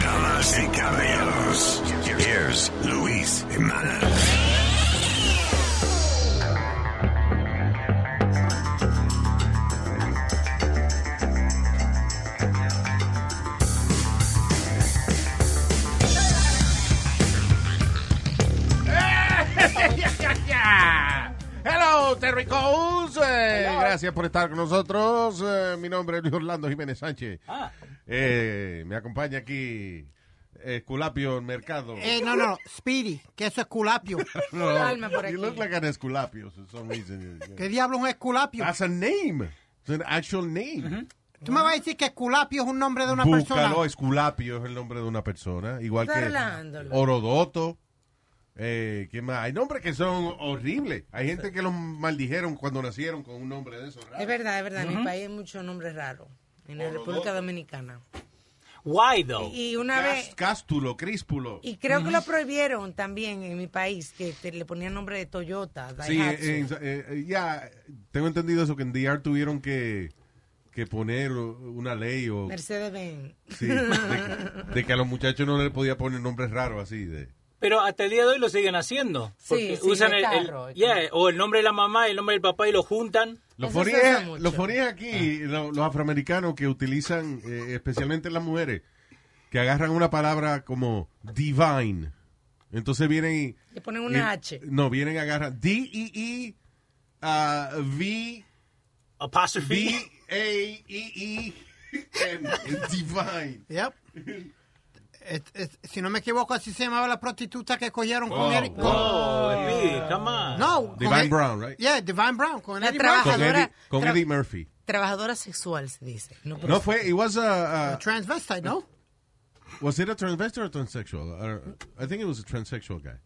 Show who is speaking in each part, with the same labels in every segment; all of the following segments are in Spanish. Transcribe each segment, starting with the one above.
Speaker 1: Damas y caballeros, here's Luis Jimenez.
Speaker 2: Hello, Terry Coles. Eh,
Speaker 3: Hello.
Speaker 2: gracias por estar con nosotros. Eh, mi nombre es Luis Orlando Jiménez Sánchez.
Speaker 4: Ah.
Speaker 2: Eh, me acompaña aquí eh, Esculapio Mercado.
Speaker 4: Eh, no, no, Speedy, que eso es culapio.
Speaker 2: no, you look like an Esculapio for some reason.
Speaker 4: ¿Qué diablo es un esculapio?
Speaker 2: That's a name. It's an actual name.
Speaker 4: Tú me vas a decir que esculapio es un nombre de una persona.
Speaker 2: Búscalo, Esculapio es el nombre de una persona. Igual que
Speaker 5: Orlándolo.
Speaker 2: Orodoto. Eh, ¿Qué más? Hay nombres que son horribles. Hay gente que los maldijeron cuando nacieron con un nombre de esos.
Speaker 5: Es verdad, es verdad. En el país hay muchos nombres raros. En la República Dominicana.
Speaker 6: Why though?
Speaker 5: Y una vez.
Speaker 2: Cástulo, Críspulo.
Speaker 5: Y creo que lo prohibieron también en mi país, que te- le ponían nombre de Toyota.
Speaker 2: Sí,
Speaker 5: Daihatsu.
Speaker 2: eh, eh, eh, ya tengo entendido eso que en DR tuvieron que, que poner una ley o
Speaker 5: Mercedes-Benz.
Speaker 2: sí, de, que- de que a los muchachos no les podía poner nombres raros así de
Speaker 6: Pero hasta el día de hoy lo siguen haciendo. Porque
Speaker 5: Sí, sí,
Speaker 6: usan
Speaker 5: de
Speaker 6: el, el-
Speaker 5: carro,
Speaker 6: yeah, o el nombre de la mamá y el nombre del papá y lo juntan.
Speaker 2: los
Speaker 5: Eso se
Speaker 2: foríes,
Speaker 5: usa mucho. Ah.
Speaker 2: los foríes aquí, lo- los, afroamericanos que utilizan, eh, especialmente las mujeres, que agarran una palabra como divine. Entonces vienen y...
Speaker 5: Le ponen una
Speaker 2: y-
Speaker 5: H.
Speaker 2: No, vienen y agarran D-E-E, ah, V,
Speaker 6: Apostrophe.
Speaker 5: E
Speaker 2: B-A-E-E, and divine.
Speaker 4: Yep. Es- es- si no me equivoco, así se llamaba la prostituta que cogieron con
Speaker 2: Wow,
Speaker 4: Eric.
Speaker 2: wow.
Speaker 4: con-
Speaker 6: Oh, Speedy, come on.
Speaker 4: No, con
Speaker 2: Divine
Speaker 4: Eric-
Speaker 2: Brown, right?
Speaker 4: Yeah, Divine Brown, con
Speaker 5: La
Speaker 4: Eric
Speaker 5: trabaja-
Speaker 2: Con
Speaker 4: Brown.
Speaker 5: Ahora,
Speaker 2: Eddie, con
Speaker 5: tra-
Speaker 2: Eddie Murphy.
Speaker 5: Trabajadora sexual, se dice. No,
Speaker 2: No fue, it was a, a-
Speaker 4: Transvestite, ¿no?
Speaker 2: was it a transvestite or a transsexual? Uh, I- I think it was a transsexual guy.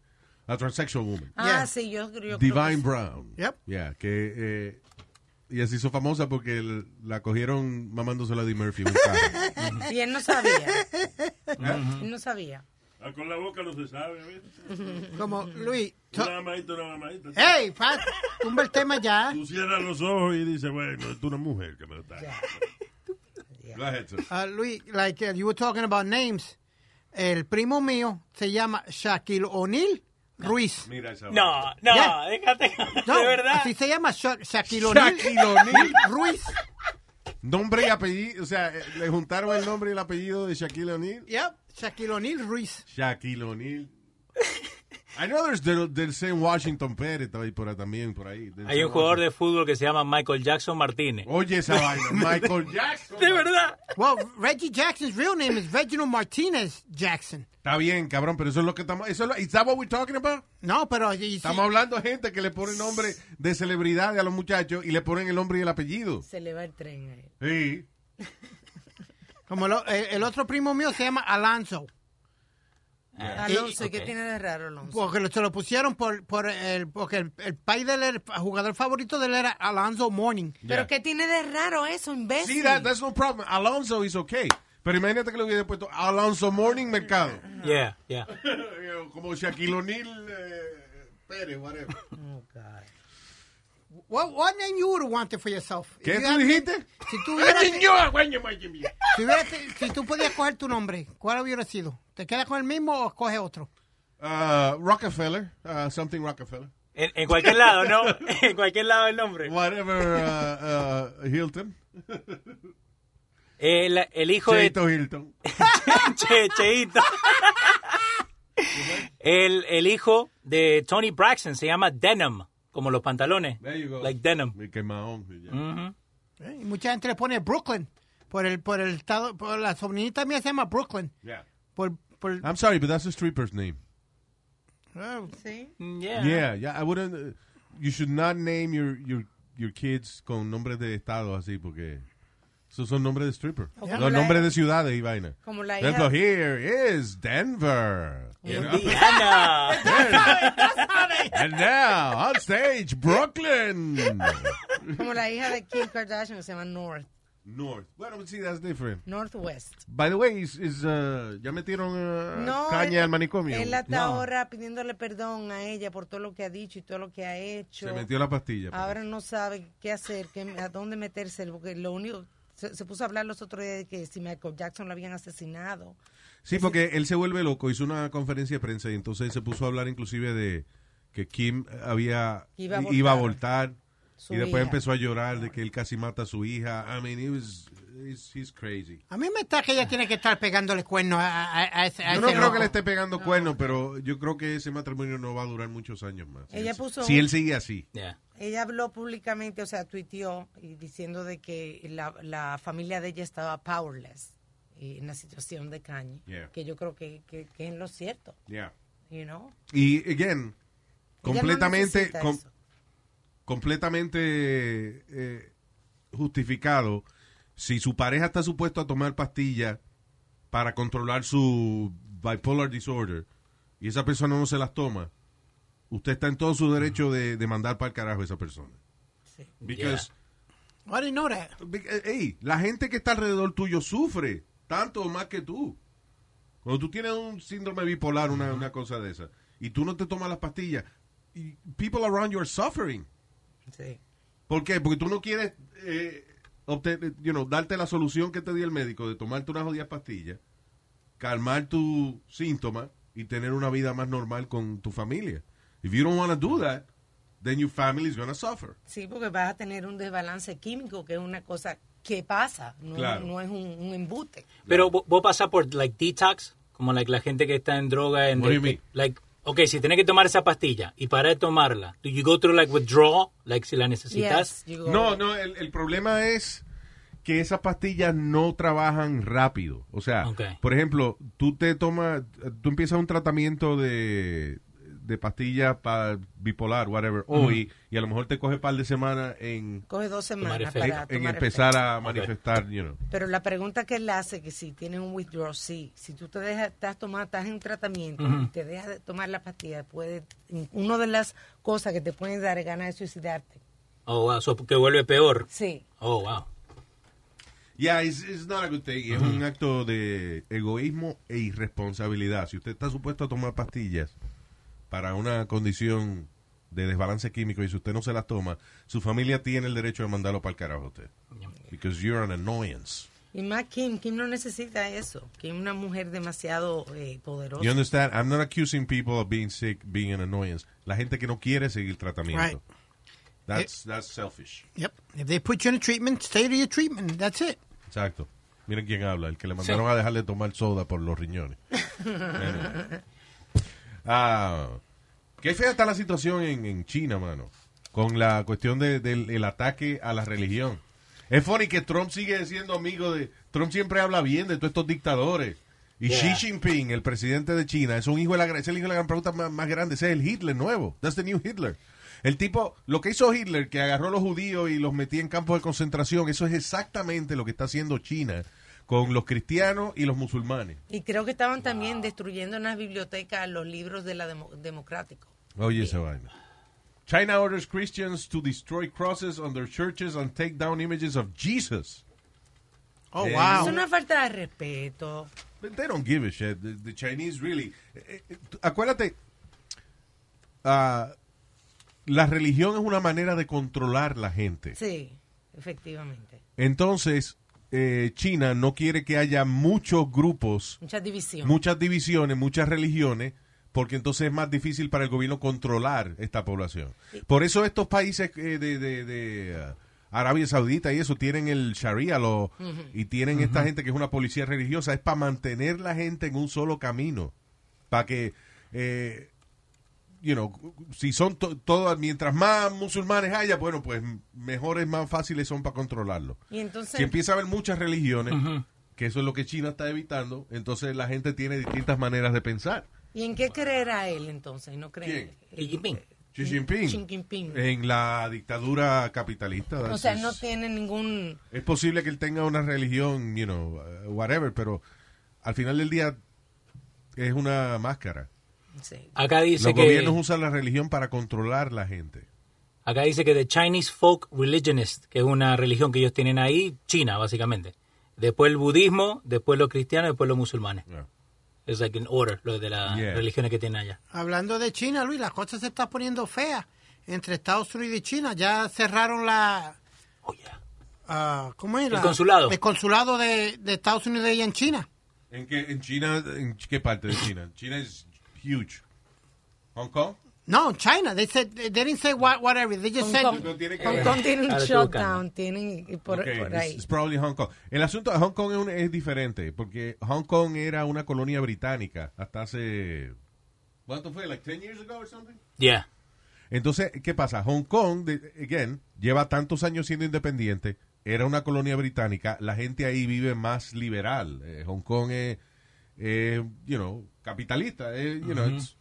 Speaker 2: A transsexual woman.
Speaker 5: ah,
Speaker 4: yeah.
Speaker 5: sí, yo, yo creo que
Speaker 2: Divine
Speaker 5: sí.
Speaker 2: Brown.
Speaker 4: Yep.
Speaker 2: Yeah, que eh, ella se hizo famosa porque el- la cogieron mamándosela a Eddie Murphy. en un carro.
Speaker 5: Y él no sabía. Él no sabía.
Speaker 7: Ah, Con la boca no se sabe, ¿viste?
Speaker 4: Como Luis. to-
Speaker 7: Una mamadita, una mamadita.
Speaker 4: ¡Ey! pa- tumba el tema ya.
Speaker 7: Tú cierras los ojos y dices, bueno, es una mujer que me lo está.
Speaker 2: Go ahead, sir.
Speaker 4: Uh, Luis, like uh, you were talking about names. El primo mío se llama Shaquille O'Neal Ruiz.
Speaker 2: Mira esa
Speaker 6: No, no,
Speaker 4: Yeah.
Speaker 6: déjate.
Speaker 4: No,
Speaker 6: de verdad.
Speaker 4: así se llama Sha- Shaquille O'Neal
Speaker 2: Shaquille O'Neal.
Speaker 4: Ruiz.
Speaker 2: Nombre y apellido, o sea, eh, le juntaron el nombre y el apellido de Shaquille O'Neal.
Speaker 4: Yep, Shaquille O'Neal Ruiz.
Speaker 2: Shaquille O'Neal. I know there's del, del Sam Washington Pérez estaba ahí por ahí también, por ahí. Del
Speaker 6: Hay un
Speaker 2: Sam
Speaker 6: jugador de fútbol que se llama Michael Jackson Martínez.
Speaker 2: Oye esa vaina, Michael Jackson.
Speaker 6: De verdad.
Speaker 4: Well, Reggie Jackson's real name is Reginald Martinez Jackson.
Speaker 2: Está bien, cabrón, pero eso es lo que estamos... Eso es lo, ¿Is that what we're talking about?
Speaker 4: No, pero y-
Speaker 2: Estamos hablando de gente que le pone nombre de celebridad a los muchachos y le ponen el nombre y el apellido.
Speaker 5: Se le va el tren a él.
Speaker 2: Sí.
Speaker 4: como lo- eh, el, el otro primo mío se llama Alonso,
Speaker 5: Alonso, ¿y
Speaker 6: Eh, ok.
Speaker 5: Ah, qué tiene de raro, Alonso?
Speaker 4: porque lo- se lo pusieron por, por el, porque el, el país del el jugador favorito de él era Alonso Morning.
Speaker 5: ¿Pero qué tiene de raro eso, imbécil?
Speaker 2: Sí, that- that's no problem. Alonso is okay. Pero imagínate que le hubiera puesto Alonso Morning Mercado.
Speaker 6: Yeah, yeah.
Speaker 2: Como Shaquille O'Neal eh, Pérez, whatever.
Speaker 4: What, what name you would have wanted for yourself?
Speaker 2: ¿Qué
Speaker 4: If
Speaker 2: tú
Speaker 4: you had-
Speaker 2: dijiste?
Speaker 4: Si tú hubieras, si, hubieras- si tú podías coger tu nombre, ¿cuál hubiera sido? ¿Te quedas con el mismo o coges otro?
Speaker 2: Uh, Rockefeller. uh, something Rockefeller.
Speaker 6: En, en cualquier lado, ¿no? En cualquier lado el nombre.
Speaker 2: Whatever uh, uh, Hilton.
Speaker 6: El, Eh, el hijo de
Speaker 2: Cheito Hilton.
Speaker 6: Che- Cheito. El, el hijo de Tony Braxton se llama Denim, como los pantalones.
Speaker 2: There you go.
Speaker 6: Like Denim.
Speaker 2: Mickey Mahon. yeah.
Speaker 6: Mm-hmm.
Speaker 4: ¿Eh? Y mucha gente le pone Brooklyn por el por el estado, por la sobrinita mía se llama Brooklyn.
Speaker 2: Yeah.
Speaker 4: Por, por,
Speaker 2: I'm sorry, but that's a stripper's name.
Speaker 4: Ah,
Speaker 5: Sí.
Speaker 6: Yeah.
Speaker 2: Yeah, yeah, I wouldn't. uh, you should not name your your your kids con nombres de estado así porque esos son nombres de stripper.
Speaker 5: Yeah.
Speaker 2: Los
Speaker 5: Como la-
Speaker 2: nombres de ciudades y vaina.
Speaker 5: como la
Speaker 2: Por ejemplo,
Speaker 5: hija-
Speaker 2: here is Denver. You know?
Speaker 6: Indiana.
Speaker 2: And now, on stage, Brooklyn.
Speaker 5: Como la hija de Kim Kardashian que se llama North,
Speaker 2: North. Bueno, sí, that's different.
Speaker 5: Northwest.
Speaker 2: By the way, is, is, uh, ya metieron uh,
Speaker 5: No,
Speaker 2: caña
Speaker 5: él-
Speaker 2: al manicomio.
Speaker 5: Él hasta
Speaker 6: No.
Speaker 5: ahora pidiéndole perdón a ella por todo lo que ha dicho y todo lo que ha hecho.
Speaker 2: Se metió la pastilla. pero-
Speaker 5: Ahora no sabe qué hacer, qué- a dónde meterse, porque lo único... Se, se puso a hablar los otros días de que si Michael Jackson lo habían asesinado.
Speaker 2: Sí, porque él se vuelve loco, hizo una conferencia de prensa y entonces se puso a hablar inclusive de que Kim había
Speaker 5: Iba a abortar.
Speaker 2: iba a voltar
Speaker 5: Su
Speaker 2: y después
Speaker 5: hija.
Speaker 2: empezó a llorar de que él casi mata a su hija. I mean, he was, he's, he's crazy.
Speaker 4: A mí me está que ella tiene que estar pegándole cuernos a, a- a ese a
Speaker 2: Yo no
Speaker 4: ese
Speaker 2: creo
Speaker 4: loco.
Speaker 2: que le esté pegando cuernos, pero yo creo que ese matrimonio no va a durar muchos años más.
Speaker 5: Ella
Speaker 2: Si-
Speaker 5: puso
Speaker 2: si
Speaker 5: un-
Speaker 2: él sigue así.
Speaker 6: Yeah.
Speaker 5: Ella habló públicamente, o sea, tuiteó y diciendo de que la, la familia de ella estaba powerless y en la situación de Kanye,
Speaker 2: Yeah.
Speaker 5: que yo creo que, que, que es lo cierto,
Speaker 2: Yeah.
Speaker 5: you know.
Speaker 2: Y, again,
Speaker 5: Ella no
Speaker 2: completamente,
Speaker 5: necesita
Speaker 2: com-
Speaker 5: eso.
Speaker 2: completamente eh, justificado si su pareja está supuesto a tomar pastillas para controlar su bipolar disorder y esa persona no se las toma, usted está en todo su derecho de, de mandar para el carajo a esa persona.
Speaker 5: Sí.
Speaker 2: Because,
Speaker 4: I didn't know that.
Speaker 2: bec- eh, hey, la gente que está alrededor tuyo sufre tanto o más que tú. Cuando tú tienes un síndrome bipolar, una, una cosa de esa, y tú no te tomas las pastillas, y people around you are suffering.
Speaker 5: Sí.
Speaker 2: ¿Por qué? Porque tú no quieres eh, obte- you know, darte la solución que te dio el médico de tomarte unas jodidas pastillas, calmar tus síntomas y tener una vida más normal con tu familia. If you don't want to do that, then your family is going to suffer.
Speaker 5: Sí, porque vas a tener un desbalance químico, que es una cosa que pasa, no,
Speaker 2: Claro.
Speaker 5: no es un, un embute.
Speaker 6: Pero vo- vos pasás por like detox, como like, la gente que está en droga. En
Speaker 2: What do you mean?
Speaker 6: Like, ok, si tienes que tomar esa pastilla y para de tomarla, do you go through like withdrawal, like si la necesitas?
Speaker 5: Yes, you go-
Speaker 2: No, no, el, el problema es que esas pastillas no trabajan rápido. O sea,
Speaker 6: Ok.
Speaker 2: por ejemplo, tú te tomas, tú empiezas un tratamiento de, de pastillas para bipolar, whatever, hoy, y a lo mejor te coge par de semanas en
Speaker 5: Coge dos semanas
Speaker 6: efecto.
Speaker 5: para
Speaker 2: en
Speaker 5: tomar
Speaker 2: empezar
Speaker 5: efecto.
Speaker 2: a manifestar, you know.
Speaker 5: Pero la pregunta que él hace, que si tiene un withdrawal, sí. Si tú te dejas, estás, tomando, estás en un tratamiento y te dejas de tomar la pastilla, puede, una de las cosas que te pueden dar es ganas de suicidarte.
Speaker 6: Oh, wow, so que vuelve peor.
Speaker 5: Sí.
Speaker 6: Oh, wow.
Speaker 2: Yeah, it's, it's not a good thing. Es un acto de egoísmo e irresponsabilidad. Si usted está supuesto a tomar pastillas para una condición de desbalance químico y si usted no se las toma, su familia tiene el derecho de mandarlo para el carajo a usted. Because you're an annoyance.
Speaker 5: Y más Kim, Kim no necesita eso. Kim es una mujer demasiado eh, poderosa.
Speaker 2: You understand? I'm not accusing people of being sick, being an annoyance. La gente que no quiere seguir tratamiento.
Speaker 4: Right.
Speaker 2: That's, that's selfish.
Speaker 4: Yep. If they put you in a treatment, stay to your treatment. That's it.
Speaker 2: Exacto. Miren quién habla, el que le mandaron a dejarle tomar soda por los riñones. Anyway. Ah, qué fea está la situación en, en China, mano, con la cuestión de- del el ataque a la religión. Es funny que Trump sigue siendo amigo de... Trump siempre habla bien de todos estos dictadores. Y
Speaker 6: Yeah.
Speaker 2: Xi Jinping, el presidente de China, es un hijo de la gran, es el hijo de la gran pregunta más, más grande. Ese es el Hitler nuevo. That's the new Hitler. El tipo, lo que hizo Hitler, que agarró a los judíos y los metía en campos de concentración, eso es exactamente lo que está haciendo China con los cristianos y los musulmanes.
Speaker 5: Y creo que estaban también destruyendo en las bibliotecas los libros de la demo- democrático.
Speaker 2: Oye, esa vaina. China orders Christians to destroy crosses on their churches and take down images of Jesus.
Speaker 4: Oh,
Speaker 2: Eh,
Speaker 4: wow.
Speaker 5: Es una falta de respeto.
Speaker 2: But they don't give a shit. The, the Chinese really. Eh, eh, tú- acuérdate, ah, la religión es una manera de controlar la gente.
Speaker 5: Sí, efectivamente.
Speaker 2: Entonces, eh, China no quiere que haya muchos grupos,
Speaker 5: Mucha división.
Speaker 2: muchas divisiones, muchas religiones, porque entonces es más difícil para el gobierno controlar esta población. Por eso estos países eh, de, de- de, ah, Arabia Saudita y eso tienen el Sharia lo- y tienen esta gente que es una policía religiosa, es para mantener la gente en un solo camino, para que... eh, you know, si son to- todas, mientras más musulmanes haya, bueno, pues mejores, más fáciles son para controlarlo.
Speaker 5: Y entonces-
Speaker 2: si empieza a haber muchas religiones, que eso es lo que China está evitando, entonces la gente tiene distintas maneras de pensar.
Speaker 5: ¿Y en qué creerá él entonces? ¿No cree?
Speaker 2: ¿Quién?
Speaker 6: Y Jinping.
Speaker 2: Xi Jinping,
Speaker 5: Xi Jinping.
Speaker 2: en la dictadura capitalista.
Speaker 5: O
Speaker 2: that's-
Speaker 5: sea, no tiene ningún...
Speaker 2: Es posible que él tenga una religión, you know, uh, whatever, pero al final del día es una máscara.
Speaker 5: Sí.
Speaker 6: Acá dice
Speaker 2: Los
Speaker 6: que
Speaker 2: gobiernos usan la religión para controlar la gente.
Speaker 6: acá dice que the Chinese folk religionist, que es una religión que ellos tienen ahí, China básicamente. Después el budismo, después los cristianos, después los musulmanes.
Speaker 2: Yeah.
Speaker 6: Es like an order, lo de las
Speaker 2: Yeah.
Speaker 6: religiones que tienen allá.
Speaker 4: Hablando de China, Luis, las cosas se están poniendo feas entre Estados Unidos y China. Ya cerraron la...
Speaker 6: Oh, yeah.
Speaker 4: ah, ¿Cómo es?
Speaker 6: El
Speaker 4: La-
Speaker 6: consulado.
Speaker 4: El consulado de, de Estados Unidos y en China.
Speaker 2: ¿En, qué, ¿En China? ¿En qué parte de China? China es huge. ¿Hong Kong?
Speaker 4: No, China. They, said, they didn't say what, whatever. They just
Speaker 5: Hong
Speaker 4: said...
Speaker 5: Kong,
Speaker 2: No tiene que
Speaker 5: Hong
Speaker 2: ver.
Speaker 5: Kong tiene un
Speaker 6: Ahora estoy buscando.
Speaker 5: shutdown, tienen y por,
Speaker 2: Ok,
Speaker 5: por
Speaker 2: it's-
Speaker 5: ahí.
Speaker 2: it's probably Hong Kong. El asunto de Hong Kong es, un- es diferente, porque Hong Kong era una colonia británica hasta hace... ¿Cuánto fue? ¿Like 10 years ago or something?
Speaker 6: Yeah.
Speaker 2: Entonces, ¿qué pasa? Hong Kong, de- again, lleva tantos años siendo independiente, era una colonia británica, la gente ahí vive más liberal. Eh, Hong Kong es, eh, you know, capitalista, eh, you know, it's-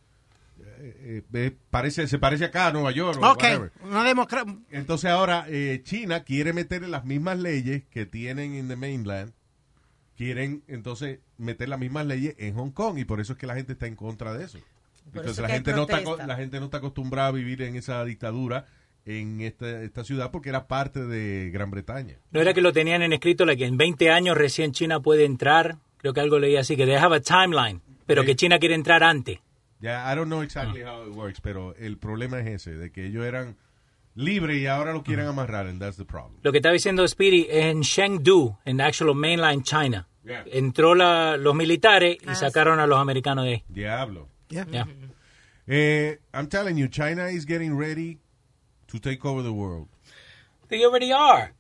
Speaker 2: eh, eh, eh, parece, se parece acá a Nueva York. o
Speaker 4: Ok,
Speaker 2: whatever.
Speaker 4: una democracia...
Speaker 2: Entonces ahora eh, China quiere meter las mismas leyes que tienen en the mainland, quieren entonces meter las mismas leyes en Hong Kong y por eso es que la gente está en contra de eso.
Speaker 5: Por
Speaker 2: Entonces
Speaker 5: eso
Speaker 2: la
Speaker 5: que hay
Speaker 2: gente, no está,
Speaker 5: protesta.
Speaker 2: aco- la gente no está acostumbrada a vivir en esa dictadura en esta, esta ciudad porque era parte de Gran Bretaña.
Speaker 6: No era que lo tenían en escrito, like, en 20 años recién China puede entrar. Creo que algo leí así, que they have a timeline, pero
Speaker 2: Sí.
Speaker 6: que China quiere entrar antes.
Speaker 2: Ya, I don't know exactly how it works, pero el problema es ese, de que ellos eran libres y ahora lo quieren amarrar, and that's the problem.
Speaker 6: Lo que estaba diciendo Speedy, en Chengdu, en actual mainland China,
Speaker 2: Yeah.
Speaker 6: entró la- los militares y
Speaker 5: Ah,
Speaker 6: sacaron a los americanos de ahí.
Speaker 2: Diablo.
Speaker 4: Yeah.
Speaker 6: Yeah.
Speaker 2: Eh, I'm telling you, China is getting ready to take over the world.
Speaker 6: They already are.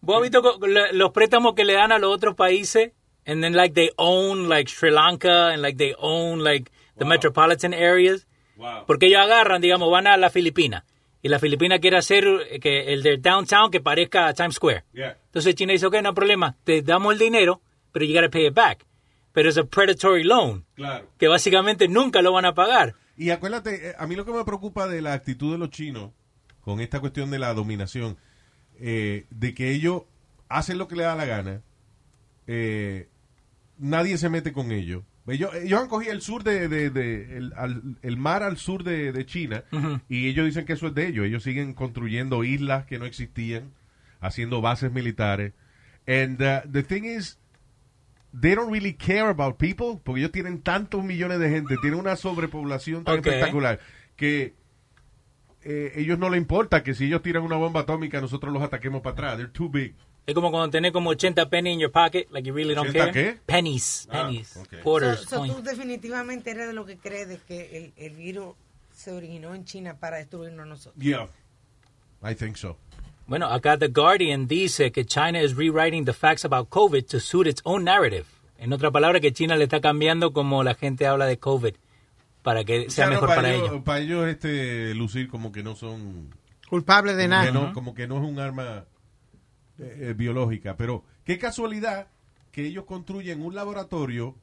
Speaker 6: ¿Vos has visto co- la- los préstamos que le dan a los otros países? And then like they own like Sri Lanka and like they own like the metropolitan areas.
Speaker 2: Wow.
Speaker 6: Porque ellos agarran, digamos, van a la Filipina. Y la Filipina quiere hacer eh, que el del downtown que parezca a Times Square.
Speaker 2: Yeah.
Speaker 6: Entonces China dice, ok, no hay problema, te damos el dinero, pero you gotta pay it back. Pero es a predatory loan,
Speaker 2: Claro.
Speaker 6: que básicamente nunca lo van a pagar.
Speaker 2: Y acuérdate, eh, a mí lo que me preocupa de la actitud de los chinos con esta cuestión de la dominación, eh, de que ellos hacen lo que les da la gana, eh, nadie se mete con ellos. Ellos, ellos han cogido el sur de, de- de- el, al- el mar al sur de, de China y ellos dicen que eso es de ellos. Ellos siguen construyendo islas que no existían, haciendo bases militares. And uh, the thing is, they don't really care about people porque ellos tienen tantos millones de gente, tienen una sobrepoblación tan
Speaker 6: Ok.
Speaker 2: espectacular que eh, ellos no les importa que si ellos tiran una bomba atómica nosotros los ataquemos para atrás. They're too big.
Speaker 6: Es como cuando tenés como 80 pennies in your pocket, like you really don't
Speaker 2: 80
Speaker 6: care.
Speaker 2: qué?
Speaker 6: Pennies,
Speaker 2: Ah,
Speaker 6: pennies,
Speaker 2: ok.
Speaker 6: quarters,
Speaker 5: So- so
Speaker 6: coins.
Speaker 5: tú definitivamente eres de lo que crees de que el, el virus se originó en China para destruirnos a nosotros.
Speaker 2: Yeah. I think so.
Speaker 6: Bueno, acá The Guardian dice que China is rewriting the facts about COVID to suit its own narrative. En otra palabra, que China le está cambiando como la gente habla de COVID para que sea
Speaker 2: O sea, no,
Speaker 6: mejor para ellos.
Speaker 2: Para ellos este, lucir como que no son...
Speaker 4: Culpable de nada.
Speaker 2: que no- como que no es un arma eh, eh, biológica. Pero qué casualidad que ellos construyen un laboratorio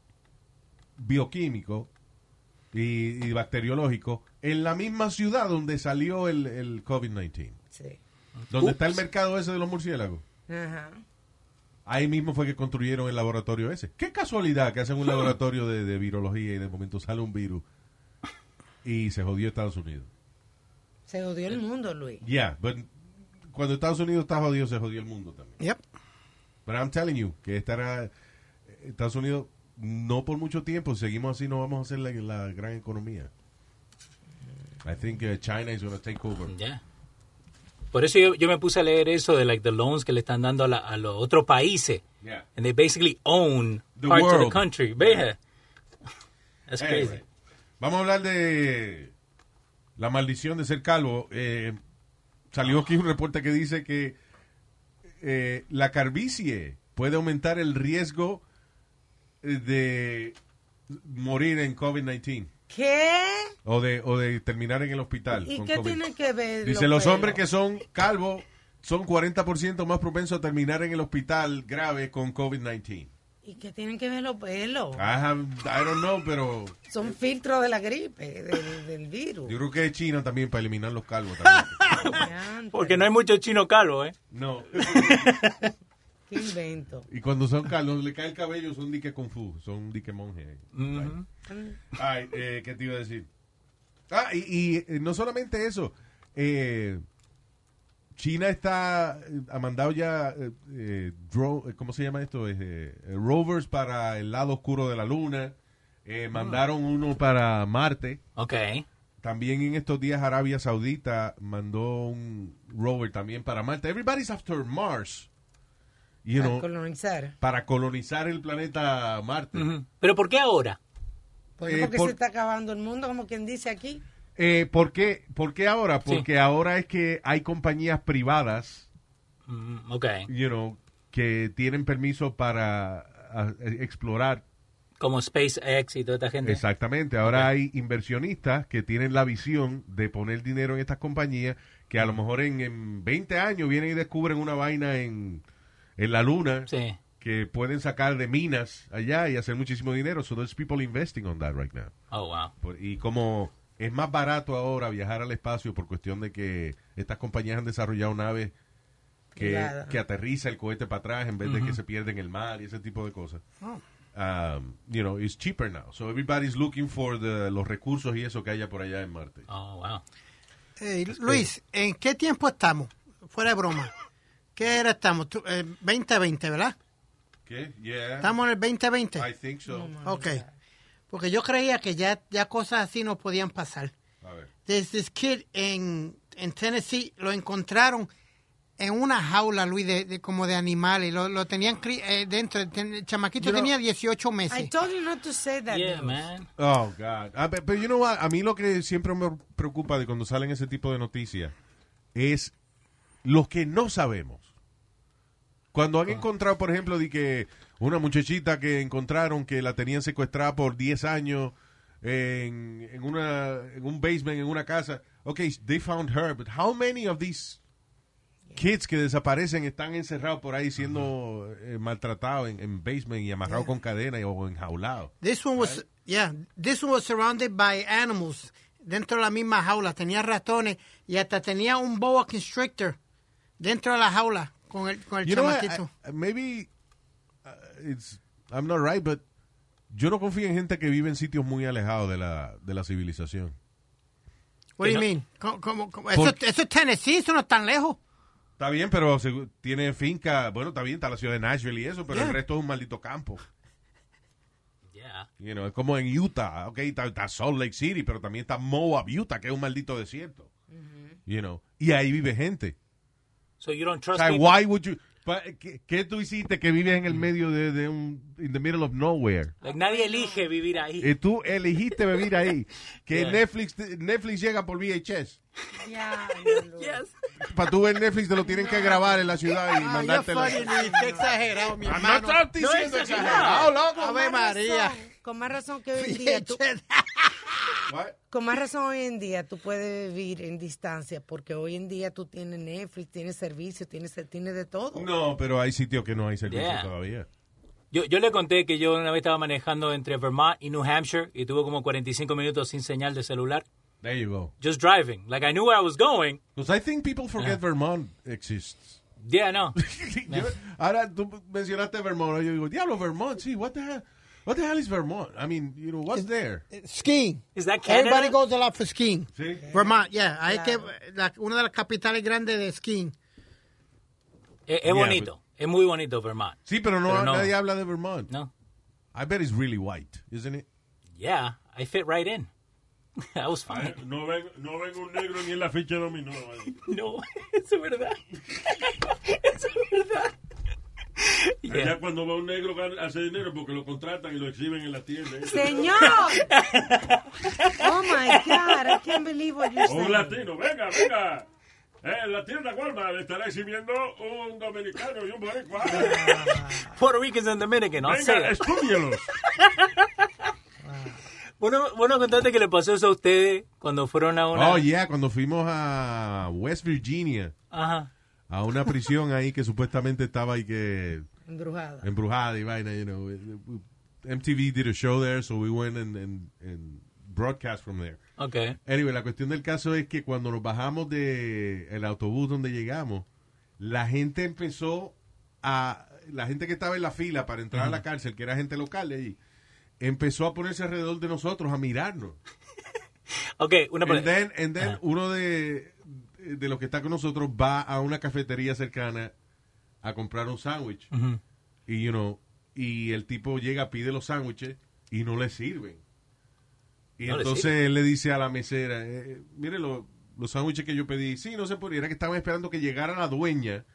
Speaker 2: bioquímico y, y bacteriológico en la misma ciudad donde salió el, el COVID-19.
Speaker 5: Sí.
Speaker 2: Donde está el
Speaker 6: Ups.
Speaker 2: mercado ese de los murciélagos.
Speaker 5: Ajá.
Speaker 2: Ahí mismo fue que construyeron el laboratorio ese. Qué casualidad que hacen un laboratorio de, de virología y de momento sale un virus y se jodió Estados Unidos.
Speaker 5: Se odió el mundo, Luis.
Speaker 2: Yeah, but cuando Estados Unidos está jodido, se jodió el mundo también.
Speaker 4: Yep.
Speaker 2: Pero I'm telling you que estará Estados Unidos no por mucho tiempo. si Seguimos así, no vamos a ser la, la gran economía. I think uh, China is going to take over.
Speaker 6: Ya. Por eso yo, yo me puse a leer eso de like the loans que le están dando a, la- a los otros países.
Speaker 2: Yeah.
Speaker 6: And they basically own
Speaker 2: The
Speaker 6: parts of
Speaker 2: world.
Speaker 6: the country. Veja. That's
Speaker 2: Anyway,
Speaker 6: crazy.
Speaker 2: Vamos a hablar de la maldición de ser calvo. Eh, salió aquí un reporte que dice que eh, la carvicie puede aumentar el riesgo eh, de morir en COVID-19
Speaker 5: ¿Qué?
Speaker 2: o de, o de terminar en el hospital.
Speaker 5: ¿Y
Speaker 2: con
Speaker 5: qué
Speaker 2: COVID.
Speaker 5: tiene que ver?
Speaker 2: Dice, los
Speaker 5: pelos?
Speaker 2: hombres que son calvos son 40% más propensos a terminar en el hospital grave con COVID-19.
Speaker 5: ¿Y qué tienen que ver los pelos?
Speaker 2: I, have- I don't know, pero
Speaker 5: Son filtros de la gripe, del, del virus.
Speaker 2: yo creo que es China también para eliminar los calvos. También.
Speaker 5: Diantre.
Speaker 6: Porque no hay mucho chino calvo, ¿eh?
Speaker 2: No.
Speaker 5: Qué invento.
Speaker 2: Y cuando son caldos, le cae el cabello, son dique kung fu, son dique monje.
Speaker 6: Ujú.
Speaker 2: Ay, eh, ¿qué te iba a decir? Ah, y, y, eh, no solamente eso. eh, China está, eh, ha mandado ya, eh, eh, dro- eh, ¿cómo se llama esto? Es, eh, eh, rovers para el lado oscuro de la luna. eh, mandaron uno para Marte.
Speaker 6: Ok.
Speaker 2: También en estos días Arabia Saudita mandó un rover también para Marte. Everybody's after Mars. You
Speaker 5: Para
Speaker 2: know,
Speaker 5: colonizar.
Speaker 2: para colonizar el planeta Marte.
Speaker 6: Ujú. ¿Pero por qué ahora?
Speaker 5: Bueno,
Speaker 2: Eh,
Speaker 5: porque
Speaker 2: por-
Speaker 5: se está acabando el mundo, como quien dice aquí.
Speaker 2: Eh, ¿por, qué? ¿Por qué ahora?
Speaker 6: Sí.
Speaker 2: Porque ahora es que hay compañías privadas,
Speaker 6: Mm, ok.
Speaker 2: you know, que tienen permiso para a- a- explorar.
Speaker 6: Como SpaceX y toda esta gente.
Speaker 2: Exactamente. Ahora hay inversionistas que tienen la visión de poner dinero en estas compañías que a lo mejor en, en 20 años vienen y descubren una vaina en, en la luna
Speaker 6: Sí.
Speaker 2: que pueden sacar de minas allá y hacer muchísimo dinero. So there's people investing on that right now.
Speaker 6: Oh, wow.
Speaker 2: Por- Y como es más barato ahora viajar al espacio por cuestión de que estas compañías han desarrollado naves que,
Speaker 5: Claro.
Speaker 2: que aterriza el cohete para atrás en vez de que se pierde en el mar y ese tipo de cosas.
Speaker 4: Oh.
Speaker 2: Um, you know, it's cheaper now. So everybody's looking for the- los recursos y eso que haya por allá en Marte.
Speaker 6: Oh, wow.
Speaker 4: Eh, Luis, ¿en qué tiempo estamos? Fuera de broma. ¿Qué era estamos? Tú- eh, 2020, ¿verdad?
Speaker 2: ¿Qué? Yeah.
Speaker 4: Estamos en el 2020.
Speaker 2: I think so.
Speaker 4: Ok. Porque yo creía que ya, ya cosas así no podían pasar.
Speaker 2: A ver.
Speaker 4: There's this kid en, en Tennessee, lo encontraron en una jaula, Luis, de, de- como de animales. Lo, lo tenían cri- eh, dentro. Ten- el chamaquito
Speaker 2: You know-
Speaker 4: tenía 18
Speaker 5: I
Speaker 4: meses.
Speaker 5: told you not to say that.
Speaker 6: Yeah,
Speaker 5: Dios.
Speaker 6: man.
Speaker 2: Oh, God. Ah, pe- pero, you know what? A mí lo que siempre me preocupa de cuando salen ese tipo de noticias es lo que no sabemos. Cuando han encontrado, por ejemplo, de que una muchachita que encontraron que la tenían secuestrada por 10 años en, en una, en un basement, en una casa. Ok, they found her, but how many of these kids que desaparecen están encerrados por ahí siendo eh, maltratados en, en basement y amarrados con cadena y- o enjaulados?
Speaker 4: This one was, yeah, this one was surrounded by animals. Dentro de la misma jaula tenía ratones y hasta tenía un boa constrictor dentro de la jaula con el, con el
Speaker 2: You know what?
Speaker 4: chamaquito.
Speaker 2: I- I- maybe uh, it's I'm not right, but yo no confío en gente que vive en sitios muy alejados de la, de la civilización.
Speaker 4: What do you
Speaker 6: no-
Speaker 4: mean? ¿Cómo- cómo- cómo?
Speaker 2: Por-
Speaker 4: Eso, eso es Tennessee, eso no es tan lejos.
Speaker 2: Está bien, pero se- tiene finca, bueno, está bien, está la ciudad de Nashville y eso, pero
Speaker 4: Yeah.
Speaker 2: el resto es un maldito campo.
Speaker 6: Yeah.
Speaker 2: You know, es como en Utah, ok, está, está Salt Lake City, pero también está Moab, Utah, que es un maldito desierto. You know, y ahí vive gente.
Speaker 6: So you don't
Speaker 2: O
Speaker 6: trust
Speaker 2: sea,
Speaker 6: people?
Speaker 2: why would you, pa- ¿qué, qué tú hiciste que vives en el medio de, de un, in the middle of nowhere?
Speaker 6: Like, nadie elige vivir ahí.
Speaker 2: Y tú elegiste vivir ahí. Que
Speaker 6: Yeah.
Speaker 2: Netflix, Netflix llega por VHS.
Speaker 5: Yeah,
Speaker 6: Yes.
Speaker 2: Para tú ver Netflix te lo tienen que grabar en la ciudad y
Speaker 4: Ah, ya
Speaker 2: mandártelo.
Speaker 4: funny, Luis, qué exagerado, mi
Speaker 2: Ah,
Speaker 4: hermano.
Speaker 2: No estás diciendo
Speaker 6: No,
Speaker 2: exagerado, loco.
Speaker 4: Ave María.
Speaker 5: Con más razón que hoy en día. tú-
Speaker 2: What?
Speaker 5: con más razón hoy en día tú puedes vivir en distancia porque hoy en día tú tienes Netflix, tienes servicio, tienes, tienes de todo.
Speaker 2: No, pero hay sitios que no hay servicio
Speaker 6: Yeah.
Speaker 2: todavía.
Speaker 6: Yo, yo le conté que yo una vez estaba manejando entre Vermont y New Hampshire y tuve como 45 minutos sin señal de celular.
Speaker 2: There you go.
Speaker 6: Just driving. Like, I knew where I was going.
Speaker 2: Because I think people forget Vermont exists.
Speaker 6: Yeah, no.
Speaker 2: Yo- ahora tú mencionaste Vermont. Yo digo, diablo, Vermont, sí, what the hell? What the hell is Vermont? I mean, you know, what's there?
Speaker 4: eh, Skiing.
Speaker 6: Is that
Speaker 4: Everybody
Speaker 6: Canada?
Speaker 4: goes a lot for skiing.
Speaker 2: Sí.
Speaker 4: Vermont, yeah. Hay que, la- una de las capitales grandes de skiing.
Speaker 6: Es, es
Speaker 2: Yeah,
Speaker 6: bonito. Es muy bonito Vermont.
Speaker 2: Sí, pero no,
Speaker 6: Pero no.
Speaker 2: nadie habla de Vermont.
Speaker 6: No.
Speaker 2: I bet it's really white, isn't it?
Speaker 6: Yeah, I fit right in. I was fine.
Speaker 7: No ven, no ven un negro ni en la ficha de dominó. vale.
Speaker 6: No, eso es verdad. Eso es verdad.
Speaker 7: Allá
Speaker 6: Yeah.
Speaker 7: cuando va un negro gana- hace dinero porque lo contratan y lo exhiben en la tienda. ¿eh?
Speaker 5: Señor. Oh my God, I can't believe what you're
Speaker 7: O un
Speaker 5: saying.
Speaker 7: latino, venga, venga. Eh, en la tienda Walmart le estará exhibiendo un dominicano y un boricua.
Speaker 2: Ah,
Speaker 6: Puerto Ricans and Dominican, I'll say
Speaker 7: Venga,
Speaker 6: it.
Speaker 7: estúdialos.
Speaker 6: Bueno, bueno, contate que le pasó eso a ustedes cuando fueron a una...
Speaker 2: Oh, yeah, cuando fuimos a West Virginia.
Speaker 6: Ajá.
Speaker 2: a una prisión ahí que supuestamente estaba ahí que
Speaker 5: Embrujada.
Speaker 2: embrujada y vaina, you know. MTV did a show there, so we went and, and, and broadcast from there.
Speaker 6: Okay.
Speaker 2: Anyway, la cuestión del caso es que cuando nos bajamos del autobús donde llegamos, la gente empezó a la gente que estaba en la fila para entrar a la cárcel, que era gente local allí, empezó a ponerse alrededor de nosotros, a mirarnos.
Speaker 6: Ok, una
Speaker 2: And
Speaker 6: pregunta.
Speaker 2: then, and then uno de, de los que está con nosotros va a una cafetería cercana a comprar un sándwich. Y, you know, y el tipo llega, pide los sándwiches y no le sirven. Y
Speaker 6: No le
Speaker 2: entonces
Speaker 6: sirven.
Speaker 2: él le dice a la mesera, eh, mire lo- los sándwiches que yo pedí. Sí, no se podía, era que estaban esperando que llegara la dueña.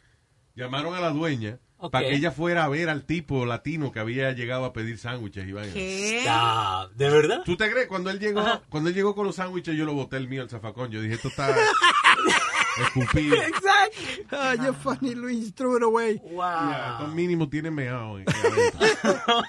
Speaker 2: Llamaron a la dueña
Speaker 6: Ok.
Speaker 2: para que ella fuera a ver al tipo latino que había llegado a pedir sándwiches y vainas.
Speaker 5: ¿Qué?
Speaker 6: Ah, ¿De verdad?
Speaker 2: ¿Tú te crees? Cuando él llegó, cuando él llegó con los sándwiches, yo lo boté el mío al zafacón. Yo dije, esto está escupido.
Speaker 4: Ah, you're funny, Luis. Threw it away.
Speaker 2: Ya,
Speaker 6: Wow.
Speaker 2: Estos mínimos tienen meado. eh, adentro.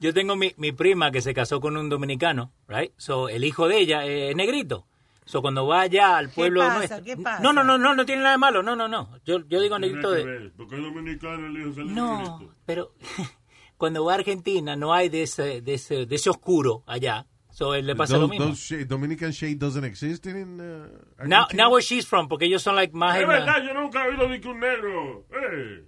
Speaker 6: Yo tengo mi, mi prima que se casó con un dominicano, right? So, el hijo de ella es negrito. So, cuando va allá al pueblo
Speaker 5: pasa?
Speaker 6: nuestro-
Speaker 5: ¿Qué pasa?
Speaker 6: No, no, no, no, no tiene nada de malo. No, no, no. Yo, yo digo negrito de...
Speaker 7: Porque es dominicano el hijo salió
Speaker 6: No,
Speaker 7: negrito.
Speaker 6: pero cuando va a Argentina no hay de ese, de ese, de ese oscuro allá. So, él le pasa lo
Speaker 2: Those-
Speaker 6: mismo.
Speaker 2: those shade- Dominican shade doesn't exist in uh,
Speaker 6: Now,
Speaker 2: Argentina.
Speaker 6: now where she's from, porque ellos son like más...
Speaker 7: Es
Speaker 6: en, uh,
Speaker 7: verdad, yo nunca he oído de que un negro. Eh,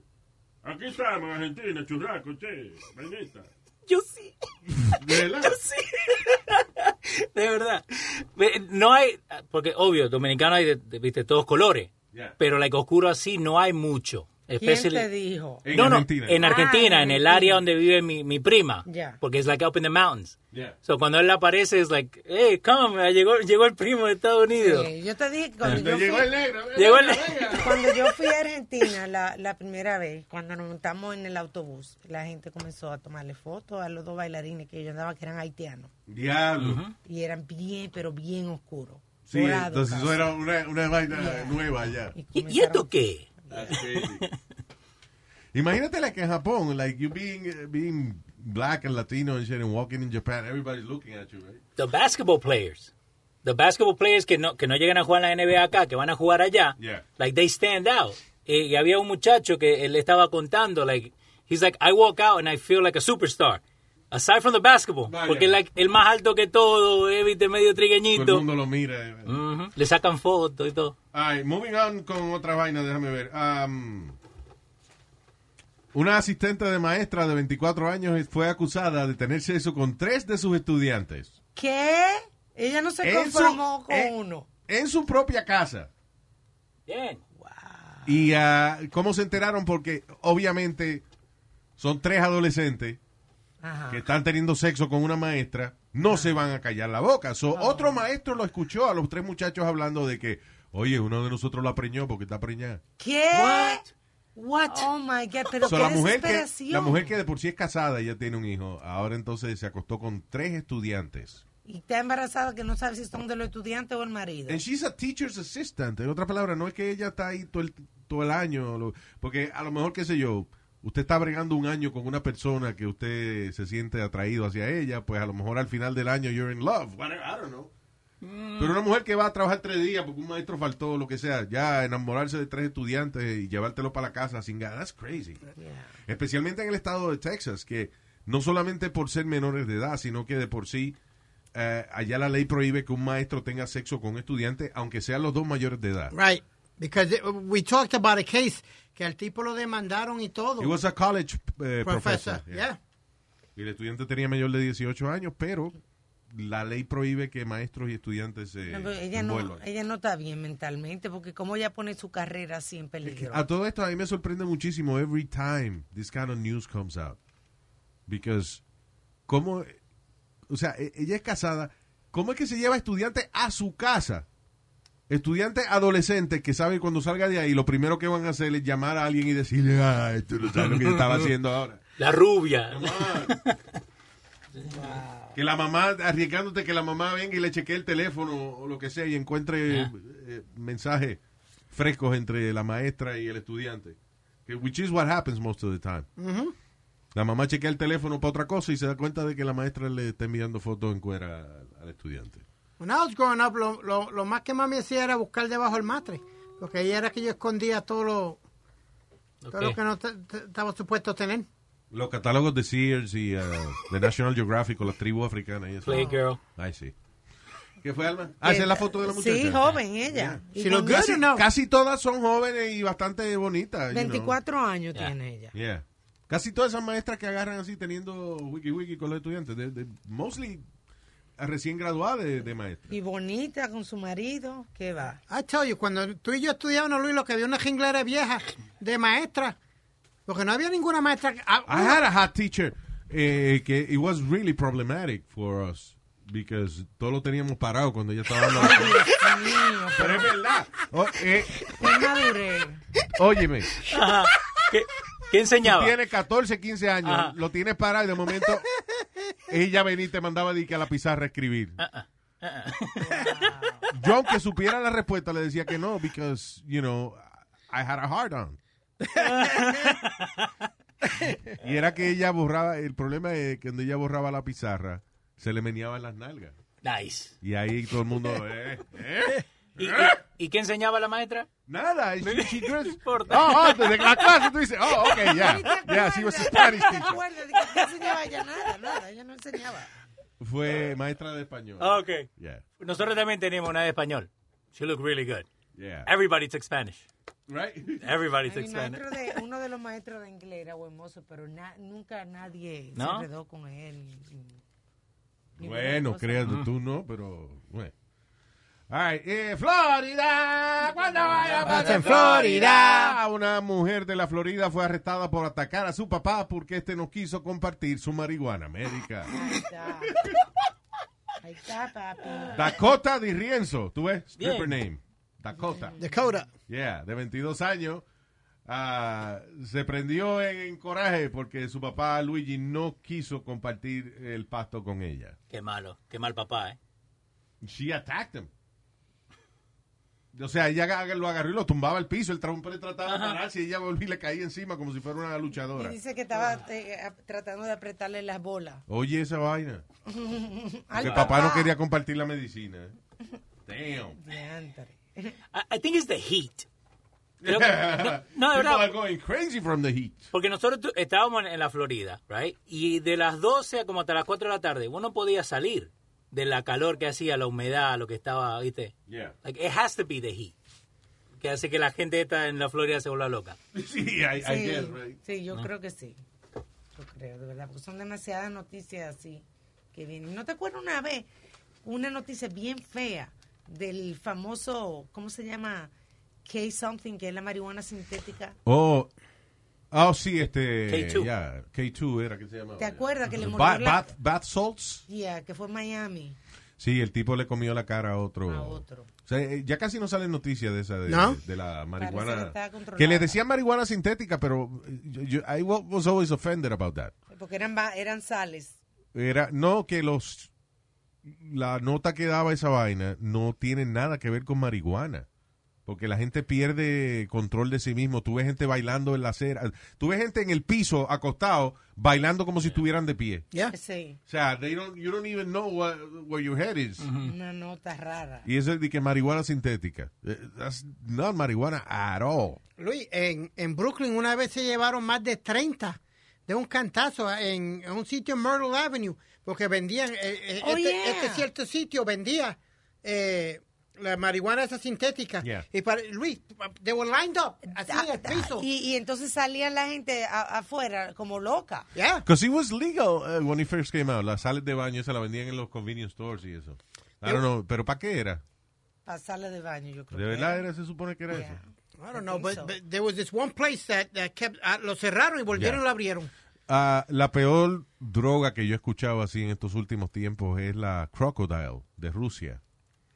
Speaker 7: aquí estamos en Argentina, churraco, che, vainita.
Speaker 6: Yo sí,
Speaker 2: ¿De verdad?
Speaker 6: sí. De verdad. Ve, No hay, porque obvio, dominicano hay de, de, viste, todos colores.
Speaker 2: Yeah.
Speaker 6: Pero like oscuro así no hay mucho.
Speaker 5: ¿Quién
Speaker 6: Especially-
Speaker 5: te dijo?
Speaker 2: En
Speaker 6: no, no,
Speaker 2: Argentina.
Speaker 6: en Argentina,
Speaker 5: Ah,
Speaker 6: en
Speaker 5: en
Speaker 6: el
Speaker 5: Argentina.
Speaker 6: área donde vive mi, mi prima.
Speaker 5: Yeah.
Speaker 6: Porque es like up in the mountains.
Speaker 2: Yeah.
Speaker 6: So cuando él aparece es like, hey, come, llegó, llegó el primo de Estados Unidos.
Speaker 5: Eh, Yo te dije que cuando yo
Speaker 2: Entonces llegó
Speaker 5: fui-
Speaker 2: el negro. eh,
Speaker 6: Llegó el-
Speaker 5: Cuando yo fui a Argentina la, la primera vez, cuando nos montamos en el autobús, la gente comenzó a tomarle fotos a los dos bailarines que yo andaba que eran haitianos
Speaker 2: Diablo.
Speaker 5: y eran bien, pero bien oscuros.
Speaker 2: Sí,
Speaker 5: dorados
Speaker 2: entonces eso
Speaker 5: casi.
Speaker 2: era una, una vaina nueva ya.
Speaker 5: Y
Speaker 6: ¿Y, y
Speaker 5: comenzaron-
Speaker 6: esto qué?
Speaker 2: That's crazy. Imagínate like en Japón, like you being uh, being black and Latino and shit and walking in Japan, everybody's looking at you, right?
Speaker 6: The basketball players. The basketball players que no, que no llegan a jugar en la NBA acá, que van a jugar allá.
Speaker 2: Yeah.
Speaker 6: Like they stand out. Eh, Y, había un muchacho que él estaba contando, like, he's like, I walk out and I feel like a superstar. Aside from the basketball.
Speaker 2: Vaya.
Speaker 6: Porque like, el más alto que todo, eh, viste, medio
Speaker 2: Todo el
Speaker 6: trigueñito.
Speaker 2: mundo lo mira. eh.
Speaker 6: Ujú. Le sacan fotos y todo.
Speaker 2: Ay, moving on con otra vaina, déjame ver. Am, una asistente de maestra de 24 años fue acusada de tener sexo con tres de sus estudiantes.
Speaker 5: ¿Qué? Ella no se
Speaker 2: En su-
Speaker 5: conformó con
Speaker 2: en-
Speaker 5: uno.
Speaker 2: En su propia casa.
Speaker 6: Bien.
Speaker 2: Y ah, cómo se enteraron, porque obviamente son tres adolescentes
Speaker 5: Ajá.
Speaker 2: que están teniendo sexo con una maestra, no se van a callar la boca. So, Otro maestro lo escuchó a los tres muchachos hablando de que, oye, uno de nosotros la preñó porque está preñada.
Speaker 5: ¿Qué?
Speaker 4: Eh,
Speaker 6: What?
Speaker 5: Oh my God, pero
Speaker 2: So,
Speaker 5: qué
Speaker 2: la, mujer que,
Speaker 5: desesperación.
Speaker 2: la mujer que de por sí es casada y ya tiene un hijo, ahora entonces se acostó con tres estudiantes.
Speaker 5: Y está embarazada que no sabe si son de los estudiantes o el marido.
Speaker 2: And she's a teacher's assistant. En otras palabras, no es que ella está ahí todo el, todo el año, lo- porque a lo mejor, qué sé yo, usted está bregando un año con una persona que usted se siente atraído hacia ella, pues a lo mejor al final del año you're in love. Whatever, I don't know.
Speaker 5: Mm.
Speaker 2: Pero una mujer que va a trabajar tres días porque un maestro faltó, lo que sea, ya enamorarse de tres estudiantes y llevártelo para la casa sin ganas, that's crazy.
Speaker 5: Yeah.
Speaker 2: Especialmente en el estado de Texas, que no solamente por ser menores de edad, sino que de por sí, eh, allá la ley prohíbe que un maestro tenga sexo con un estudiante, aunque sean los dos mayores de edad.
Speaker 4: Right. Because it- we talked about a case que al tipo lo demandaron y todo.
Speaker 2: It was a college eh,
Speaker 4: professor.
Speaker 2: professor. yeah.
Speaker 4: yeah.
Speaker 2: Y el estudiante tenía mayor de 18 años, pero la ley prohíbe que maestros y estudiantes eh, se
Speaker 5: No, pero ella, no,
Speaker 2: envuelvan.
Speaker 5: ella no está bien mentalmente, porque como ella pone su carrera así en peligro.
Speaker 2: A todo esto a mí me sorprende muchísimo every time this kind of news comes out. Because, ¿cómo? O sea, e- ella es casada. ¿Cómo es que se lleva estudiantes a su casa? Estudiantes adolescentes que saben cuando salga de ahí, lo primero que van a hacer es llamar a alguien y decirle, ay, tú no sabes lo que yo estaba haciendo ahora.
Speaker 6: La rubia.
Speaker 2: Que la mamá, arriesgándote que la mamá venga y le chequee el teléfono o lo que sea y encuentre
Speaker 6: Yeah.
Speaker 2: eh, mensajes frescos entre la maestra y el estudiante. Que, which is what happens most of the time. La mamá chequea el teléfono para otra cosa y se da cuenta de que la maestra le está enviando fotos en cuera al, al estudiante.
Speaker 4: When I was growing up, lo, lo, lo más que mami hacía era buscar debajo del matre. Lo que ella era que yo escondía todo lo, todo lo
Speaker 6: Ok.
Speaker 4: que no te- te- estaba supuesto tener.
Speaker 2: Los catálogos de Sears y eh, de National Geographic o la tribu africana y eso.
Speaker 6: Playgirl.
Speaker 2: Ay, sí. ¿Qué fue, Alma? Ah, esa es la foto de la muchacha.
Speaker 5: Eh, Sí, joven ella.
Speaker 2: Yeah.
Speaker 5: Y
Speaker 4: She look
Speaker 5: con
Speaker 4: good
Speaker 5: casi
Speaker 4: or no?
Speaker 2: Casi todas son jóvenes y bastante bonitas. you know.
Speaker 5: 24 años
Speaker 6: Yeah.
Speaker 5: tiene ella.
Speaker 2: Yeah. Casi todas esas maestras que agarran así teniendo wiki wiki con los estudiantes, de, de- mostly recién graduadas de, de maestra.
Speaker 5: Y bonita con su marido, que va.
Speaker 4: I tell you, cuando tú y yo estudiábamos, Luis, lo que había una jinglera vieja de maestra. Porque no había ninguna maestra. que- ah,
Speaker 2: I had a hot teacher eh, que it was really problematic for us because todo lo teníamos parado cuando ella estaba dando la-
Speaker 5: Niño,
Speaker 2: Pero es verdad. O- eh,
Speaker 5: qué madurez.
Speaker 2: óyeme,
Speaker 6: ¿Qué, qué enseñaba?
Speaker 2: tiene 14, 15 años,
Speaker 6: Ajá.
Speaker 2: lo tienes parado y de momento ella venía y te mandaba de que a la pizarra a escribir. Yo aunque supiera la respuesta le decía que no because, you know, I had a hard on. y era que ella borraba, el problema es que cuando ella borraba la pizarra, se le meneaban las nalgas.
Speaker 6: Nice.
Speaker 2: Y ahí todo el mundo, eh, eh.
Speaker 6: ¿Y, y, y qué enseñaba la maestra?
Speaker 2: Nada, she, she dressed-
Speaker 6: importa.
Speaker 2: Oh, oh, desde la clase tú dices, oh, okay, ya,
Speaker 5: Ni te
Speaker 2: ya,
Speaker 5: acuerdas,
Speaker 2: she was a
Speaker 5: ni
Speaker 2: Spanish
Speaker 5: te
Speaker 2: teacher.
Speaker 5: acuerdas de que no enseñaba ella nada, nada, ella no enseñaba.
Speaker 2: Fue maestra de español.
Speaker 6: Ah, ok.
Speaker 2: Yeah,
Speaker 6: Nosotros también tenemos una de español. She looked really good.
Speaker 2: yeah.
Speaker 6: Everybody took Spanish.
Speaker 2: Right?
Speaker 6: Everybody
Speaker 5: Ay,
Speaker 6: took
Speaker 5: mi
Speaker 6: Spanish.
Speaker 5: maestro de, uno de los maestros de inglés era buen mozo, pero na- nunca nadie se
Speaker 6: ¿No?
Speaker 5: enredó con él. ni- ni
Speaker 2: Bueno,
Speaker 5: cosa.
Speaker 2: créanlo tú no, pero bueno. All right, eh, Florida, cuando vaya
Speaker 4: Pasa en
Speaker 2: Ah, Una mujer de la Florida fue arrestada por atacar a su papá porque este no quiso compartir su marihuana médica.
Speaker 5: Ahí está. Ahí está, papi.
Speaker 2: Dakota Di Rienzo, tú ves, stripper
Speaker 6: Bien.
Speaker 2: name. Dakota.
Speaker 4: Dakota.
Speaker 2: Yeah, de 22 años. ah, se prendió en, en coraje porque su papá Luigi no quiso compartir el pasto con ella.
Speaker 6: Qué malo. Qué mal papá, ¿eh?
Speaker 2: She attacked him. O sea, ella aga- lo agarró y lo tumbaba al piso. El hombre trataba de pararse y ella volvía y le caía encima como si fuera una
Speaker 5: Y
Speaker 2: luchadora.
Speaker 5: dice que estaba eh, a- tratando de apretarle las bolas.
Speaker 2: Oye, esa vaina.
Speaker 5: Al
Speaker 2: Porque papá no quería compartir la medicina. Damn.
Speaker 5: Diantre.
Speaker 6: I, I think it's the heat. Creo que- no,
Speaker 2: People
Speaker 6: no, de verdad.
Speaker 2: are going crazy from the heat.
Speaker 6: Porque nosotros tu- estábamos en, en la Florida, right? Y de las 12 como hasta las 4 de la tarde, uno podía salir de la calor que hacía, la humedad, lo que estaba, ¿viste?
Speaker 2: Yeah.
Speaker 6: Like, it has to be the heat. Que hace que la gente esta en la Florida se vuelva loca.
Speaker 2: Sí, I, I
Speaker 5: Sí,
Speaker 2: guess, right?
Speaker 5: sí, yo creo que sí. Yo creo, de verdad, porque son demasiadas noticias así que vienen. ¿No te acuerdas una vez una noticia bien fea del famoso, ¿cómo se llama? K-something, que es la marihuana sintética.
Speaker 2: Oh, oh sí, este.
Speaker 6: K2.
Speaker 2: yeah, K2 era que se llamaba.
Speaker 5: ¿Te acuerdas que le
Speaker 2: Ba-
Speaker 5: mordió la-
Speaker 2: bath, bath salts.
Speaker 5: Yeah, que fue en Miami.
Speaker 2: Sí, el tipo le comió la cara a otro.
Speaker 5: A otro.
Speaker 2: O sea, eh, ya casi no salen noticias de esa de,
Speaker 4: ¿No?
Speaker 2: de la
Speaker 5: Parece que
Speaker 2: marihuana.
Speaker 5: estaba
Speaker 2: Que,
Speaker 5: controlada.
Speaker 2: les decían marihuana sintética, pero eh, yo- yo- I wa- was always offended about that.
Speaker 5: Porque eran, ba- eran sales.
Speaker 2: Era no que los la nota que daba esa vaina no tiene nada que ver con marihuana. Porque la gente pierde control de sí mismo. Tú ves gente bailando en la acera. Tú ves gente en el piso, acostado, bailando como si estuvieran de pie.
Speaker 4: Yeah.
Speaker 5: Sí,
Speaker 2: O sea, they don't, you don't even know what- where your head is.
Speaker 5: una nota rara.
Speaker 2: Y eso es de que marihuana sintética. Eh, That's not marihuana at all.
Speaker 4: Luis, en, en Brooklyn una vez se llevaron más de 30 de un cantazo en, en un sitio en Myrtle Avenue, porque vendían, eh, eh,
Speaker 5: Oh,
Speaker 4: este,
Speaker 5: yeah.
Speaker 4: este cierto sitio vendía eh, la marihuana esa sintética.
Speaker 2: Yeah.
Speaker 4: Y para, Luis, they were lined up, así en el piso.
Speaker 5: Ah, Y, y entonces salía la gente a- afuera como loca.
Speaker 4: Yeah.
Speaker 2: Because it was legal uh, when it first came out. Las sales de baño se la vendían en los convenience stores y eso. I don't know. ¿Pero para qué era?
Speaker 5: Pasarla de baño, yo creo.
Speaker 2: ¿De
Speaker 5: que
Speaker 2: verdad
Speaker 5: era.
Speaker 2: era? Se supone que era
Speaker 5: Yeah.
Speaker 2: eso.
Speaker 4: I don't know,
Speaker 5: think
Speaker 4: but,
Speaker 5: so.
Speaker 4: but there was this one place that, that kept, ah, lo cerraron y volvieron
Speaker 2: Yeah.
Speaker 4: y lo abrieron.
Speaker 2: Ah, la peor droga que yo he escuchado así en estos últimos tiempos es la crocodile de Rusia.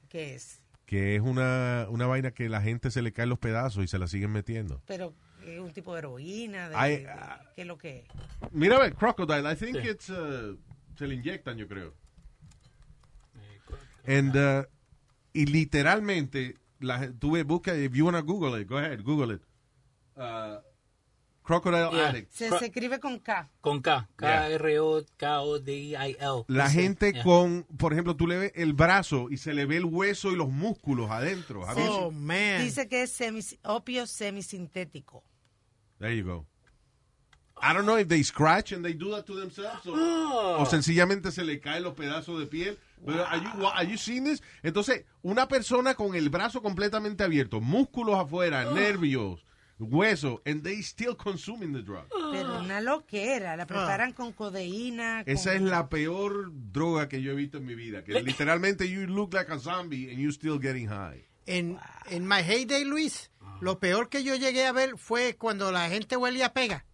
Speaker 5: ¿Qué es?
Speaker 2: Que es una, una vaina que la gente se le caen los pedazos y se la siguen metiendo.
Speaker 5: Pero es un tipo de heroína, de,
Speaker 2: Ay,
Speaker 5: de-
Speaker 2: ah.
Speaker 5: ¿qué es lo que es?
Speaker 2: Mira, a ver, crocodile, I think
Speaker 6: Sí.
Speaker 2: it's, uh, se le inyectan, yo creo. And, uh, y literalmente, la, gen- tú ve, busca, if you wanna Google it, go ahead, Google it. Uh, crocodile
Speaker 6: Yeah.
Speaker 2: addict.
Speaker 5: Se,
Speaker 6: Pro-
Speaker 5: se escribe con K.
Speaker 6: Con K.
Speaker 2: Yeah.
Speaker 6: K-R-O-K-O-D-I-L.
Speaker 2: La
Speaker 6: Sí,
Speaker 2: gente
Speaker 6: yeah.
Speaker 2: con, por ejemplo, tú le ves el brazo y se le ve el hueso y los músculos adentro. Have you
Speaker 4: Oh,
Speaker 2: seen-
Speaker 4: man.
Speaker 5: Dice que es semi, opio semisintético.
Speaker 2: There you go. I
Speaker 6: Ah.
Speaker 2: don't know if they scratch and they do that to themselves or- o sencillamente se le caen los pedazos de piel, Pero, are you, are you seeing this? Entonces, una persona con el brazo completamente abierto, músculos afuera,
Speaker 6: Ah.
Speaker 2: nervios, huesos, and they still consuming the drug.
Speaker 6: Ah.
Speaker 5: Pero una loquera, la preparan con codeína. con-
Speaker 2: Esa es la peor droga que yo he visto en mi vida. Que literalmente you look like a zombie and you still getting high.
Speaker 4: En, en My Heyday, Luis, lo
Speaker 2: Ah.
Speaker 4: peor que yo llegué a ver fue cuando la gente huele a pega.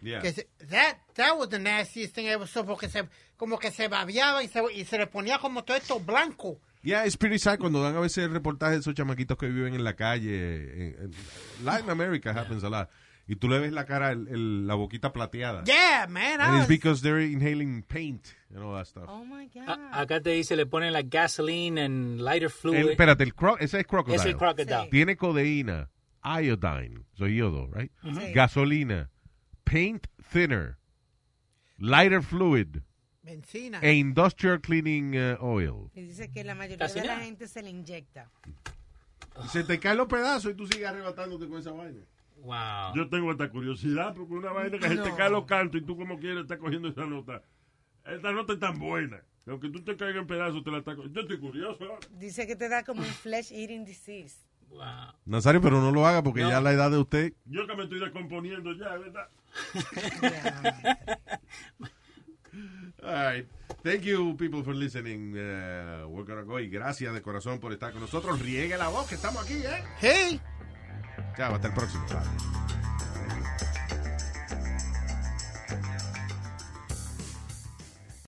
Speaker 2: Yeah.
Speaker 4: Que se- that, that was the nastiest thing I ever saw, porque se, como que se babeaba y se, y se le ponía como todo esto blanco.
Speaker 2: Yeah, it's pretty sad cuando dan a veces reportajes de esos chamaquitos que viven en la calle. En, en- Latin America happens a lot. Y tú le ves la cara, el- el- la boquita plateada.
Speaker 4: Yeah, man. I
Speaker 2: And it's
Speaker 4: was-
Speaker 2: because they're inhaling paint and all that stuff.
Speaker 5: Oh my God.
Speaker 6: A- acá te dice, le ponen like gasoline and lighter
Speaker 2: El-
Speaker 6: fluid.
Speaker 2: espérate, el cro ese es crocodile.
Speaker 6: es el crocodile.
Speaker 2: Tiene codeína, iodine, so yodo, right?
Speaker 5: Sí.
Speaker 2: Gasolina, paint thinner, lighter fluid,
Speaker 4: Benzina.
Speaker 2: e industrial cleaning uh, oil.
Speaker 5: Y dice que la mayoría
Speaker 6: Casi
Speaker 5: de la
Speaker 6: nada.
Speaker 5: gente se le inyecta.
Speaker 2: Se te caen los pedazos y tú sigues arrebatándote con esa vaina.
Speaker 6: Wow.
Speaker 7: Yo tengo esta curiosidad, porque una vaina que se te
Speaker 5: No.
Speaker 7: cae los cantos y tú como quieres estás cogiendo esa nota. Esta nota es tan buena. que Aunque tú te caigas en pedazos, te la estás cogiendo. Yo estoy curioso. ahora.
Speaker 5: Dice que te da como un flesh eating disease.
Speaker 6: wow.
Speaker 2: Nazario, pero no lo haga porque ya la edad de usted.
Speaker 7: Yo que me estoy descomponiendo ya, ¿verdad?
Speaker 2: All right. Thank you, people, for listening. Uh, we're gonna go. Y gracias de corazón por estar con nosotros. Riegue la voz que estamos aquí, ¿eh?
Speaker 4: Hey.
Speaker 2: Chao, hasta el próximo. Bye.